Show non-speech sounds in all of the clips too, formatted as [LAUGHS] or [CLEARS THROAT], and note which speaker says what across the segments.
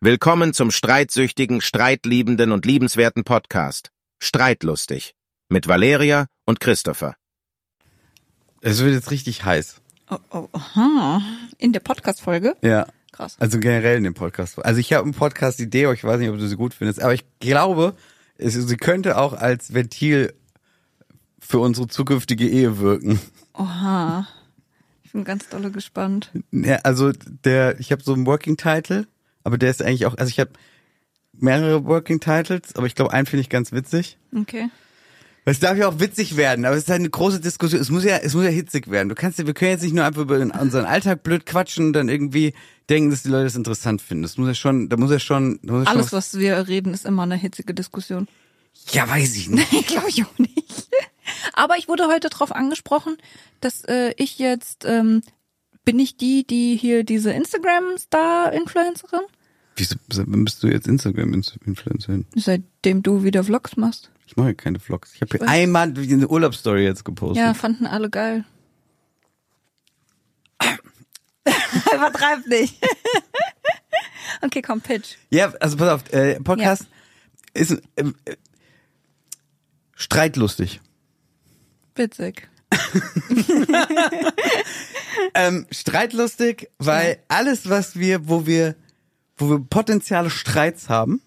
Speaker 1: Willkommen zum streitsüchtigen, streitliebenden und liebenswerten Podcast Streitlustig mit Valeria und Christopher.
Speaker 2: Es wird jetzt richtig heiß.
Speaker 3: Oh, oh, aha. In der Podcast-Folge?
Speaker 2: Ja.
Speaker 3: Krass.
Speaker 2: Also generell in dem Podcast. Also ich habe einen Podcast-Idee, aber ich weiß nicht, ob du sie gut findest, aber ich glaube, es, sie könnte auch als Ventil für unsere zukünftige Ehe wirken. [LAUGHS]
Speaker 3: Oha. Ich bin ganz dolle gespannt.
Speaker 2: Ja, also der, ich habe so einen Working Title, aber der ist eigentlich auch, also ich habe mehrere Working Titles, aber ich glaube, einen finde ich ganz witzig.
Speaker 3: Okay.
Speaker 2: Es darf ja auch witzig werden, aber es ist halt eine große Diskussion. Es muss ja, es muss ja hitzig werden. Du kannst, ja- wir können jetzt nicht nur einfach über unseren Alltag blöd quatschen und dann irgendwie denken, dass die Leute das interessant finden. Das muss ja schon, da muss ja schon, da muss ja
Speaker 3: Alles,
Speaker 2: schon
Speaker 3: was wir reden, ist immer eine hitzige Diskussion. [LAUGHS]
Speaker 2: Ja, weiß ich nicht.
Speaker 3: Glaube ich auch nicht. Aber ich wurde heute darauf angesprochen, dass äh, ich jetzt, ähm, bin ich die, die hier diese Instagram-Star-Influencerin?
Speaker 2: Wieso wann bist du jetzt Instagram-Influencerin?
Speaker 3: Seitdem du wieder Vlogs machst.
Speaker 2: Ich mache ja keine Vlogs. Ich habe
Speaker 3: weiß.
Speaker 2: einmal eine Urlaubsstory jetzt gepostet.
Speaker 3: Ja, fanden alle geil. [LAUGHS] Übertreib nicht. okay, komm, pitch.
Speaker 2: Ja, also pass auf, äh, Podcast ist ähm, äh, streitlustig.
Speaker 3: Witzig.
Speaker 2: Ähm, streitlustig, weil alles, was wir, wo wir, wo wir potenzielle Streits haben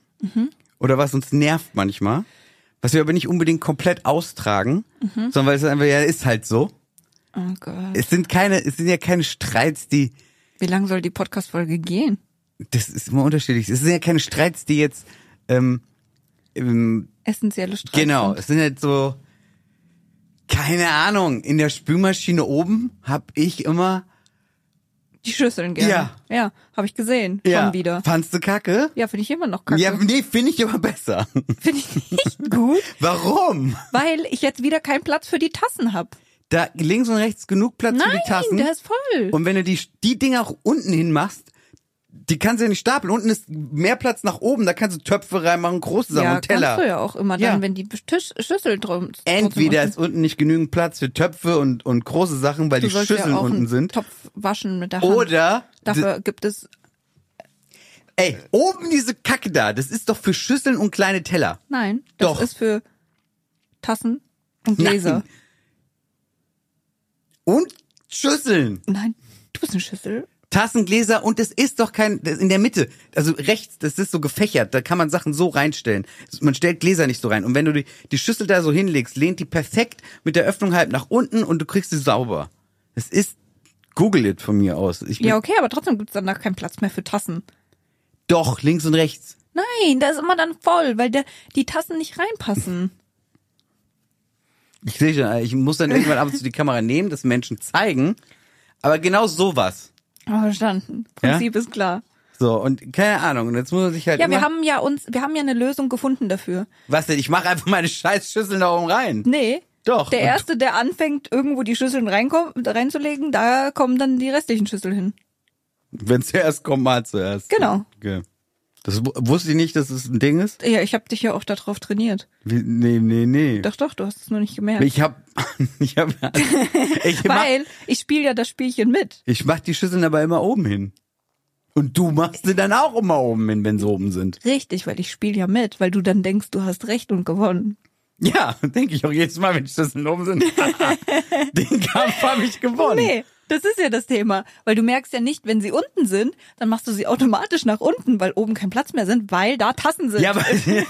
Speaker 2: oder was uns nervt manchmal, was wir aber nicht unbedingt komplett austragen, sondern weil es einfach ja ist halt so.
Speaker 3: Oh Gott.
Speaker 2: Es sind keine, es sind ja keine Streits, die
Speaker 3: Wie lang soll die Podcast-Folge gehen?
Speaker 2: das ist immer unterschiedlich. Es sind ja keine Streits, die jetzt ähm, ähm,
Speaker 3: Essentielle Streits.
Speaker 2: genau,
Speaker 3: sind.
Speaker 2: es sind halt so keine Ahnung. In der Spülmaschine oben hab ich immer
Speaker 3: Die Schüsseln gerne.
Speaker 2: Ja.
Speaker 3: Ja, habe ich gesehen. Schon wieder.
Speaker 2: Fandst du Kacke?
Speaker 3: Ja, finde ich immer noch kacke.
Speaker 2: Ja, nee, finde ich immer besser.
Speaker 3: Finde
Speaker 2: [LAUGHS]
Speaker 3: ich nicht gut,
Speaker 2: Warum?
Speaker 3: weil ich jetzt wieder keinen Platz für die Tassen habe.
Speaker 2: Da links und rechts genug Platz für
Speaker 3: Nein,
Speaker 2: die Tassen.
Speaker 3: der ist voll.
Speaker 2: Und wenn du die, die Dinger auch unten hin machst, die kannst du ja nicht stapeln. Unten ist mehr Platz nach oben, da kannst du Töpfe reinmachen, große Sachen
Speaker 3: ja,
Speaker 2: und Teller.
Speaker 3: kannst du ja auch immer dann,
Speaker 2: Ja.
Speaker 3: wenn die Tisch Schüssel drum
Speaker 2: Entweder
Speaker 3: drum-
Speaker 2: ist unten nicht genügend Platz für Töpfe und, und große Sachen, weil
Speaker 3: du
Speaker 2: die
Speaker 3: sollst ja
Speaker 2: Schüsseln
Speaker 3: auch einen
Speaker 2: unten sind.
Speaker 3: Topf waschen mit der Hand.
Speaker 2: Oder,
Speaker 3: Dafür gibt es.
Speaker 2: ey, oben diese Kacke da, das ist doch für Schüsseln und kleine Teller.
Speaker 3: Nein, das
Speaker 2: Doch.
Speaker 3: ist für Tassen und Gläser.
Speaker 2: Nein. Und Schüsseln.
Speaker 3: Nein, du bist eine Schüssel.
Speaker 2: Tassen, Gläser und es ist doch kein, das in der Mitte, also rechts, das ist so gefächert, da kann man Sachen so reinstellen. Man stellt Gläser nicht so rein. Und wenn du die, die Schüssel da so hinlegst, lehnt die perfekt mit der Öffnung halb nach unten und du kriegst sie sauber. Es ist, google it von mir aus. Ich bin
Speaker 3: Ja, okay, aber trotzdem gibt es danach keinen Platz mehr für Tassen.
Speaker 2: doch links und rechts.
Speaker 3: Nein, da ist immer dann voll, weil der, die Tassen nicht
Speaker 2: [LAUGHS]
Speaker 3: reinpassen.
Speaker 2: Ich sehe schon, ich muss dann irgendwann ab und zu die Kamera nehmen, das Menschen zeigen. Aber genau sowas.
Speaker 3: Aber verstanden.
Speaker 2: Oh, Ja?
Speaker 3: Prinzip ist klar.
Speaker 2: So, und keine Ahnung. Und jetzt muss man sich halt
Speaker 3: Ja,
Speaker 2: immer,
Speaker 3: wir haben ja uns, wir haben ja eine Lösung gefunden dafür.
Speaker 2: was denn, ich mache einfach meine scheiß Schüsseln da oben rein.
Speaker 3: Nee.
Speaker 2: Doch.
Speaker 3: Der erste, der anfängt, irgendwo die Schüsseln reinko- reinzulegen, da kommen dann die restlichen Schüsseln hin.
Speaker 2: Wenn zuerst kommt, mal zuerst.
Speaker 3: Genau.
Speaker 2: Okay. Das wu- wusste ich nicht, dass es ein Ding ist.
Speaker 3: Ja, ich habe dich ja auch darauf trainiert.
Speaker 2: Wie, nee, nee, nee.
Speaker 3: Doch, doch, du hast es nur nicht gemerkt.
Speaker 2: Ich hab, [LAUGHS] ich hab, ich mach,
Speaker 3: weil ich spiele ja das Spielchen mit.
Speaker 2: ich mach die Schüsseln aber immer oben hin. Und du machst sie dann auch immer oben hin, wenn sie oben sind.
Speaker 3: Richtig, weil ich spiele ja mit, weil du dann denkst, du hast recht und gewonnen.
Speaker 2: Ja, [LAUGHS] denke ich auch jedes Mal, wenn die Schüsseln oben
Speaker 3: [LAUGHS]
Speaker 2: sind. Den Kampf habe ich gewonnen.
Speaker 3: Nee, das ist ja das Thema. Weil du merkst ja nicht, wenn sie unten sind, dann machst du sie automatisch nach unten, weil oben kein Platz mehr sind, weil da Tassen sind.
Speaker 2: Ja, weil sie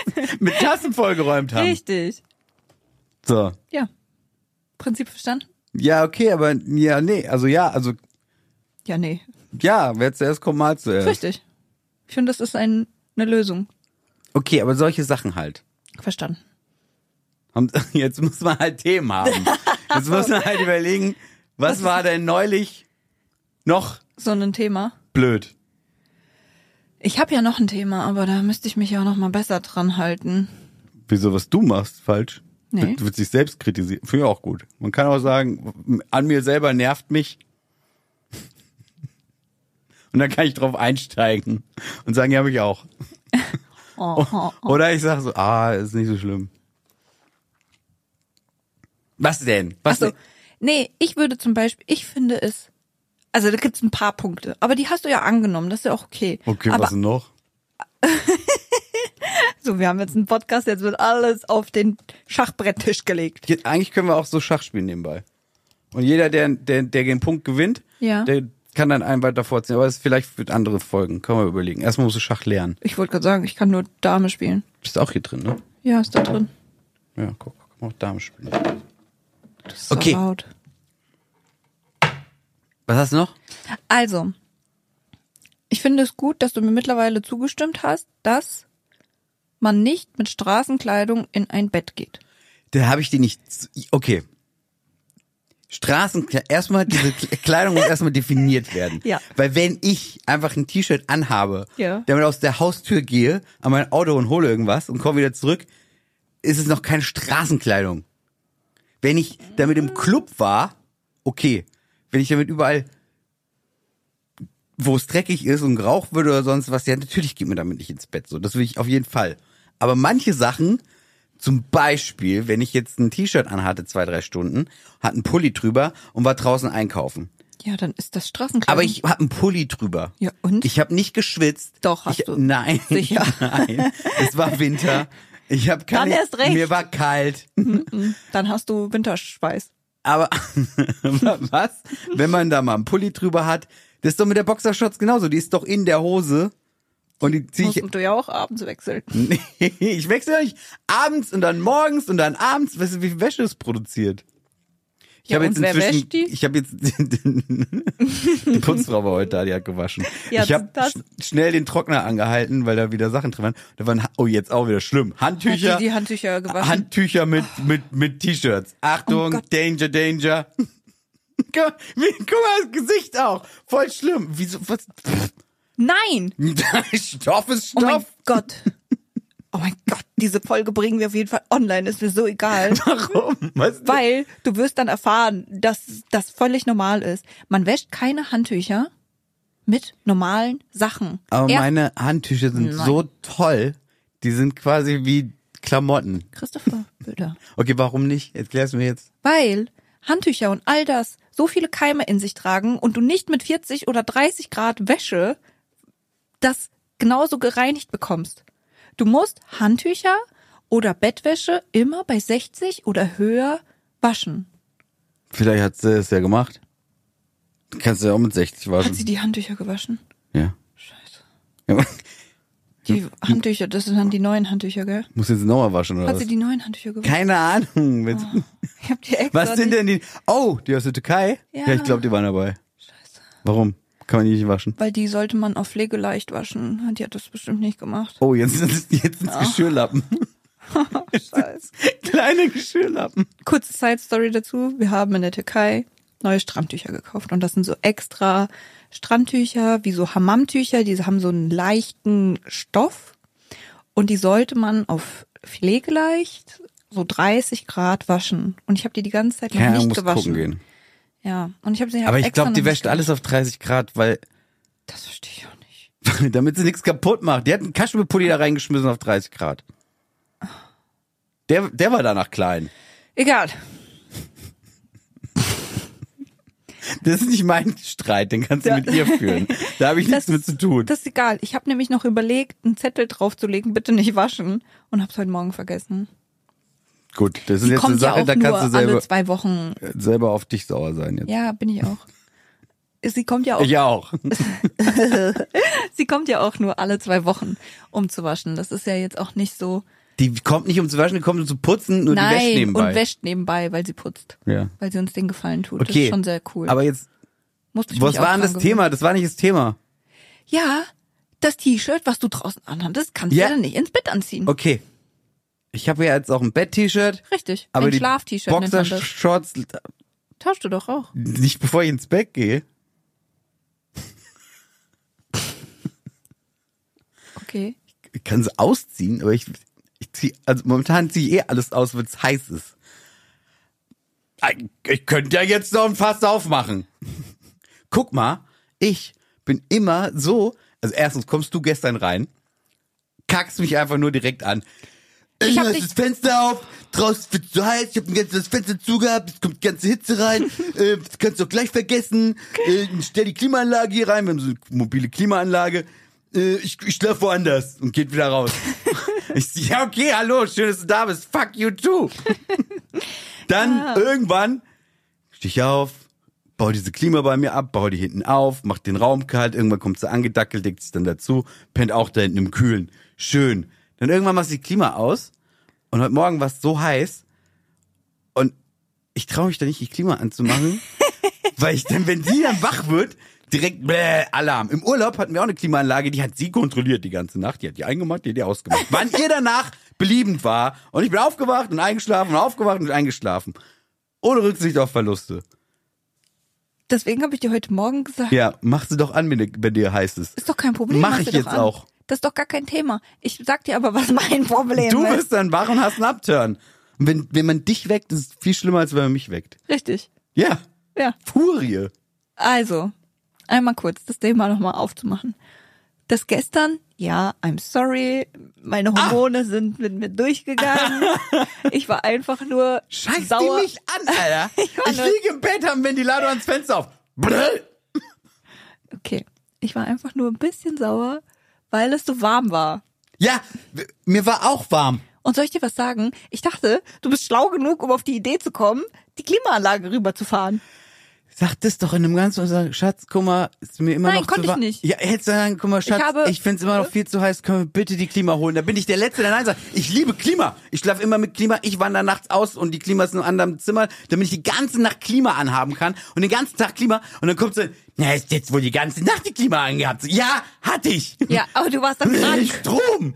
Speaker 2: [LAUGHS] mit Tassen vollgeräumt haben.
Speaker 3: Richtig.
Speaker 2: So.
Speaker 3: Ja. Prinzip verstanden?
Speaker 2: Ja, okay, aber ja, nee, also ja, also
Speaker 3: Ja, nee.
Speaker 2: ja, wer zuerst kommt, mal zuerst.
Speaker 3: Richtig. Ich finde, das ist ein, eine Lösung.
Speaker 2: Okay, aber solche Sachen halt.
Speaker 3: Verstanden.
Speaker 2: Und [LAUGHS] Jetzt muss man halt Themen haben. Jetzt muss man halt überlegen, was war denn neulich noch
Speaker 3: So ein Thema.
Speaker 2: blöd?
Speaker 3: Ich habe ja noch ein Thema, aber da müsste ich mich ja auch noch mal besser dran halten.
Speaker 2: Wieso, was du machst, falsch?
Speaker 3: Nee.
Speaker 2: Du willst dich selbst kritisieren. Finde ich auch gut. Man kann auch sagen, an mir selber nervt mich. [LAUGHS] Und dann kann ich drauf einsteigen und sagen, ja, mich auch.
Speaker 3: Oh,
Speaker 2: [LAUGHS]
Speaker 3: oh, oh.
Speaker 2: Oder ich sage so, ah, ist nicht so schlimm. Was denn? Was
Speaker 3: Achso.
Speaker 2: denn?
Speaker 3: Also, Nee, ich würde zum Beispiel, ich finde es, Also da gibt's ein paar Punkte. Aber die hast du ja angenommen, das ist ja auch okay.
Speaker 2: Okay,
Speaker 3: Aber
Speaker 2: was denn noch?
Speaker 3: so, wir haben jetzt einen Podcast, jetzt wird alles auf den Schachbretttisch gelegt.
Speaker 2: Ge- Eigentlich können wir auch so Schach spielen nebenbei. Und jeder, der, der, der den Punkt gewinnt,
Speaker 3: Ja.
Speaker 2: der kann dann einen weiter vorziehen. Aber das ist vielleicht für andere Folgen. Können wir überlegen. Erstmal musst du Schach lernen.
Speaker 3: Ich wollte gerade sagen, ich kann nur Dame spielen.
Speaker 2: Bist auch hier drin, ne?
Speaker 3: Ja, ist da drin.
Speaker 2: Ja, guck, kann man auch Dame spielen.
Speaker 3: Das ist so
Speaker 2: Okay.
Speaker 3: laut.
Speaker 2: Was hast du noch?
Speaker 3: Also, ich finde es gut, dass du mir mittlerweile zugestimmt hast, dass man nicht mit Straßenkleidung in ein Bett geht.
Speaker 2: Da habe ich die nicht. z- Okay. Straßen, erstmal diese Kle- Kleidung muss erstmal definiert werden.
Speaker 3: Ja.
Speaker 2: Weil wenn ich einfach ein T-Shirt anhabe,
Speaker 3: Ja.
Speaker 2: damit aus der Haustür gehe, an mein Auto und hole irgendwas und komme wieder zurück, ist es noch keine Straßenkleidung. Wenn ich damit im Club war, okay. Wenn ich damit überall, wo es dreckig ist und geraucht wird oder sonst was, ja, natürlich geht man damit nicht ins Bett. So, das will ich auf jeden Fall. Aber manche Sachen, zum Beispiel, wenn ich jetzt ein T-Shirt anhatte, zwei, drei Stunden, hatte einen Pulli drüber und war draußen einkaufen.
Speaker 3: Ja, dann ist das Straßenkleidung.
Speaker 2: Aber ich hatte einen Pulli drüber.
Speaker 3: Ja, und?
Speaker 2: Ich habe nicht geschwitzt.
Speaker 3: Doch, hast
Speaker 2: ich,
Speaker 3: du.
Speaker 2: Nein. [LAUGHS]
Speaker 3: Sicher?
Speaker 2: Nein. Es war Winter. Ich habe keine.
Speaker 3: erst recht.
Speaker 2: Mir war kalt.
Speaker 3: Dann hast du Winterschweiß.
Speaker 2: Aber [LAUGHS] was? Wenn man da mal einen Pulli drüber hat, das ist doch mit der Boxershorts genauso. Die ist doch in der Hose. Und die zieh ich.
Speaker 3: Musst du ja auch abends wechseln.
Speaker 2: [LAUGHS] Nee, ich wechsle euch abends und dann morgens und dann abends. Weißt du, wie viel Wäsche es produziert? Ich
Speaker 3: Ja,
Speaker 2: habe jetzt
Speaker 3: und wer
Speaker 2: inzwischen.
Speaker 3: wäscht die?
Speaker 2: Ich habe jetzt [LAUGHS]
Speaker 3: [LAUGHS]
Speaker 2: die Putzfrau war heute da, die hat gewaschen.
Speaker 3: Ja,
Speaker 2: ich habe
Speaker 3: das-
Speaker 2: sch schnell den Trockner angehalten, weil da wieder Sachen drin waren. Da waren Ha- oh jetzt auch wieder schlimm Handtücher.
Speaker 3: Hat die die Handtücher gewaschen? Oh.
Speaker 2: Handtücher mit mit mit T-Shirts. Achtung,
Speaker 3: Gott.
Speaker 2: Danger, Danger. [LAUGHS] Guck mal, wie- guck mal, das Gesicht auch. Voll schlimm. Wieso? Was? [LAUGHS]
Speaker 3: Nein!
Speaker 2: Stoff ist
Speaker 3: Oh mein
Speaker 2: Stoff.
Speaker 3: [LAUGHS] Gott. Oh mein Gott, diese Folge bringen wir auf jeden Fall online, ist mir
Speaker 2: [LAUGHS]
Speaker 3: so egal.
Speaker 2: Warum? Was denn?
Speaker 3: Weil du wirst dann erfahren, dass das völlig normal ist. Man wäscht keine Handtücher mit normalen Sachen.
Speaker 2: Aber
Speaker 3: Erst-
Speaker 2: meine Handtücher sind
Speaker 3: Nein.
Speaker 2: so toll. Die sind quasi wie Klamotten.
Speaker 3: Christopher, bitte.
Speaker 2: Okay, warum nicht? Erklär's mir jetzt.
Speaker 3: Weil Handtücher und all das so viele Keime in sich tragen und du nicht mit 40 oder 30 Grad Wäsche das genauso gereinigt bekommst. Du musst Handtücher oder Bettwäsche immer bei 60 oder höher waschen.
Speaker 2: Vielleicht hat sie es ja gemacht. Kannst du ja auch mit 60
Speaker 3: Hat
Speaker 2: waschen.
Speaker 3: sie die Handtücher gewaschen?
Speaker 2: Ja.
Speaker 3: Scheiße.
Speaker 2: ja.
Speaker 3: Die Handtücher, das sind dann die neuen Handtücher, gell?
Speaker 2: [LAUGHS] Muss jetzt nochmal waschen oder
Speaker 3: Hat
Speaker 2: was?
Speaker 3: sie die neuen Handtücher gewaschen?
Speaker 2: Keine Ahnung. Mit,
Speaker 3: Ich hab die
Speaker 2: [LAUGHS]
Speaker 3: extra
Speaker 2: was sind
Speaker 3: nicht-
Speaker 2: denn die? Oh, die aus der Türkei?
Speaker 3: Ja.
Speaker 2: ja ich glaube, die waren dabei. Scheiße. Warum? Kann man die nicht waschen?
Speaker 3: Weil die sollte man auf pflegeleicht waschen. Die hat das bestimmt nicht gemacht.
Speaker 2: Oh, jetzt sind jetzt sind's Geschirrlappen. [LAUGHS]
Speaker 3: Scheiße.
Speaker 2: Kleine Geschirrlappen.
Speaker 3: kurze Side-Story dazu. Wir haben in der Türkei neue Strandtücher gekauft. Und das sind so extra Strandtücher, wie so Hammamtücher. Die haben so einen leichten Stoff. Und die sollte man auf pflegeleicht so 30 Grad waschen. Und ich habe die die ganze Zeit noch
Speaker 2: Keine Ahnung,
Speaker 3: nicht
Speaker 2: muss
Speaker 3: gewaschen.
Speaker 2: gucken gehen.
Speaker 3: Ja, und ich habe sie halt
Speaker 2: Aber ich
Speaker 3: extra
Speaker 2: glaube, die
Speaker 3: noch nicht
Speaker 2: wäscht alles auf 30 Grad, weil [LAUGHS]
Speaker 3: gewaschen. Das verstehe ich auch nicht.
Speaker 2: damit sie nichts kaputt macht. Die hat einen Kaschmirpulli da reingeschmissen auf 30 Grad.
Speaker 3: Ah.
Speaker 2: Der, der war danach klein.
Speaker 3: Egal.
Speaker 2: Das ist nicht mein Streit, den kannst du mit ihr führen. Da habe ich nichts mit zu tun.
Speaker 3: Das ist egal. Ich habe nämlich noch überlegt, einen Zettel draufzulegen, bitte nicht waschen. Und habe es heute Morgen vergessen.
Speaker 2: Gut, das ist
Speaker 3: Die
Speaker 2: jetzt eine
Speaker 3: kommt ja
Speaker 2: Sache,
Speaker 3: auch
Speaker 2: da
Speaker 3: nur
Speaker 2: kannst du
Speaker 3: alle
Speaker 2: selber,
Speaker 3: zwei Wochen
Speaker 2: selber auf dich sauer sein jetzt.
Speaker 3: Ja, bin ich auch. Sie kommt ja auch,
Speaker 2: Ich auch.
Speaker 3: sie kommt ja auch nur alle zwei Wochen, um zu waschen. Das ist ja jetzt auch nicht so.
Speaker 2: Die kommt nicht um zu waschen, die kommt um zu putzen, nur die wäscht
Speaker 3: Nein,
Speaker 2: nebenbei.
Speaker 3: und wäscht nebenbei, weil sie putzt.
Speaker 2: Ja.
Speaker 3: Weil sie uns den Gefallen tut. Das
Speaker 2: Okay.
Speaker 3: ist schon sehr cool.
Speaker 2: Aber jetzt,
Speaker 3: Musste ich
Speaker 2: was
Speaker 3: mich auch
Speaker 2: war denn
Speaker 3: dran
Speaker 2: das
Speaker 3: gewöhnen.
Speaker 2: Thema? Das war nicht das Thema.
Speaker 3: Ja, das T-Shirt, was du draußen anhattest, kannst
Speaker 2: Ja.
Speaker 3: du dann nicht ins Bett anziehen.
Speaker 2: Okay. Ich habe ja jetzt auch ein Bett-T-Shirt.
Speaker 3: Richtig.
Speaker 2: Aber
Speaker 3: ein
Speaker 2: die
Speaker 3: Schlaf-T-Shirt nennt man das.
Speaker 2: Boxershorts,
Speaker 3: Tauschst du doch auch.
Speaker 2: nicht bevor ich ins Bett gehe.
Speaker 3: Okay.
Speaker 2: ich kann sie ausziehen, aber ich, ich zieh, also momentan ziehe ich eh alles aus, wenn es heiß ist. Ich, ich könnte ja jetzt noch ein Fass aufmachen. Guck mal, ich bin immer so, also erstens kommst du gestern rein, kackst mich einfach nur direkt an.
Speaker 3: Ich hab
Speaker 2: lass
Speaker 3: dich-
Speaker 2: das Fenster auf, draußen wird zu heiß, ich hab ein ganzes Fenster zugehabt, es kommt ganze Hitze rein,
Speaker 3: [LAUGHS]
Speaker 2: äh, das kannst du auch gleich vergessen, äh, stell die Klimaanlage hier rein, wir haben so eine mobile Klimaanlage, äh, ich, ich schlaf woanders und geht wieder
Speaker 3: [LAUGHS]
Speaker 2: raus. ich so, ja okay, hallo, schön, dass du da bist, fuck you
Speaker 3: [LAUGHS]
Speaker 2: too. Dann
Speaker 3: Ah.
Speaker 2: irgendwann steh ich auf, baue diese Klima bei mir ab, baue die hinten auf, mach den Raum kalt, irgendwann kommt sie angedackelt, legt sich dann dazu, pennt auch da hinten im Kühlen. Schön. Dann irgendwann machst du die Klima aus und heute Morgen war es so heiß und ich traue mich da nicht, die Klima anzumachen, weil ich dann, wenn sie dann wach wird, direkt bläh, Alarm. Im Urlaub hatten wir auch eine Klimaanlage, die hat sie kontrolliert die ganze Nacht. Die hat die eingemacht, die hat die ausgemacht. Wann ihr danach beliebend war und ich bin aufgewacht und eingeschlafen und aufgewacht und eingeschlafen. Ohne Rücksicht auf Verluste.
Speaker 3: Deswegen habe ich dir heute Morgen gesagt,
Speaker 2: Ja, mach sie doch an, wenn dir, wenn dir heiß ist.
Speaker 3: ist doch kein Problem.
Speaker 2: Mach
Speaker 3: mach
Speaker 2: ich
Speaker 3: dir doch
Speaker 2: jetzt
Speaker 3: an.
Speaker 2: auch.
Speaker 3: Das ist doch gar kein Thema. Ich sag dir aber, was mein Problem
Speaker 2: Du
Speaker 3: ist.
Speaker 2: wirst dann wach und hast einen Abturn. Und wenn, wenn man dich weckt, ist es viel schlimmer, als wenn man mich weckt.
Speaker 3: Richtig.
Speaker 2: Ja,
Speaker 3: Ja.
Speaker 2: Furie.
Speaker 3: Also, einmal kurz das Thema nochmal aufzumachen. Das gestern, ja, I'm sorry, meine
Speaker 2: Ah!
Speaker 3: Hormone sind mit
Speaker 2: [LAUGHS]
Speaker 3: mir durchgegangen. Ich war einfach nur
Speaker 2: Scheiß
Speaker 3: sauer.
Speaker 2: die mich an, Alter. ich
Speaker 3: [LAUGHS] Ich war nur-
Speaker 2: liege im Bett, haben Ventilator ans Fenster auf. Brrr.
Speaker 3: Okay, ich war einfach nur ein bisschen sauer, weil es so warm war.
Speaker 2: Ja, w- mir war auch warm.
Speaker 3: Und soll ich dir was sagen? Ich dachte, du bist schlau genug, um auf die Idee zu kommen, die Klimaanlage rüberzufahren.
Speaker 2: Sag das doch in einem ganzen und sag, Schatz, guck mal, ist mir immer
Speaker 3: Nein,
Speaker 2: noch
Speaker 3: konnte
Speaker 2: zu
Speaker 3: ich
Speaker 2: warm.
Speaker 3: nicht.
Speaker 2: Ja, hättest du sagen, guck mal, Schatz, ich,
Speaker 3: habe-
Speaker 2: find's immer noch viel zu heiß, können wir bitte die Klima holen. Da bin ich der Letzte, der Nein sagt. Ich liebe Klima. Ich schlafe immer mit Klima, ich wandere nachts aus und die Klima ist in einem anderen Zimmer, damit ich die ganze Nacht Klima anhaben kann und den ganzen Tag Klima und dann kommt so, na, ist jetzt wohl die ganze Nacht die Klima angehabt. So, Ja, hatte ich. [LAUGHS]
Speaker 3: Ja, aber du warst dann krank.
Speaker 2: Strom.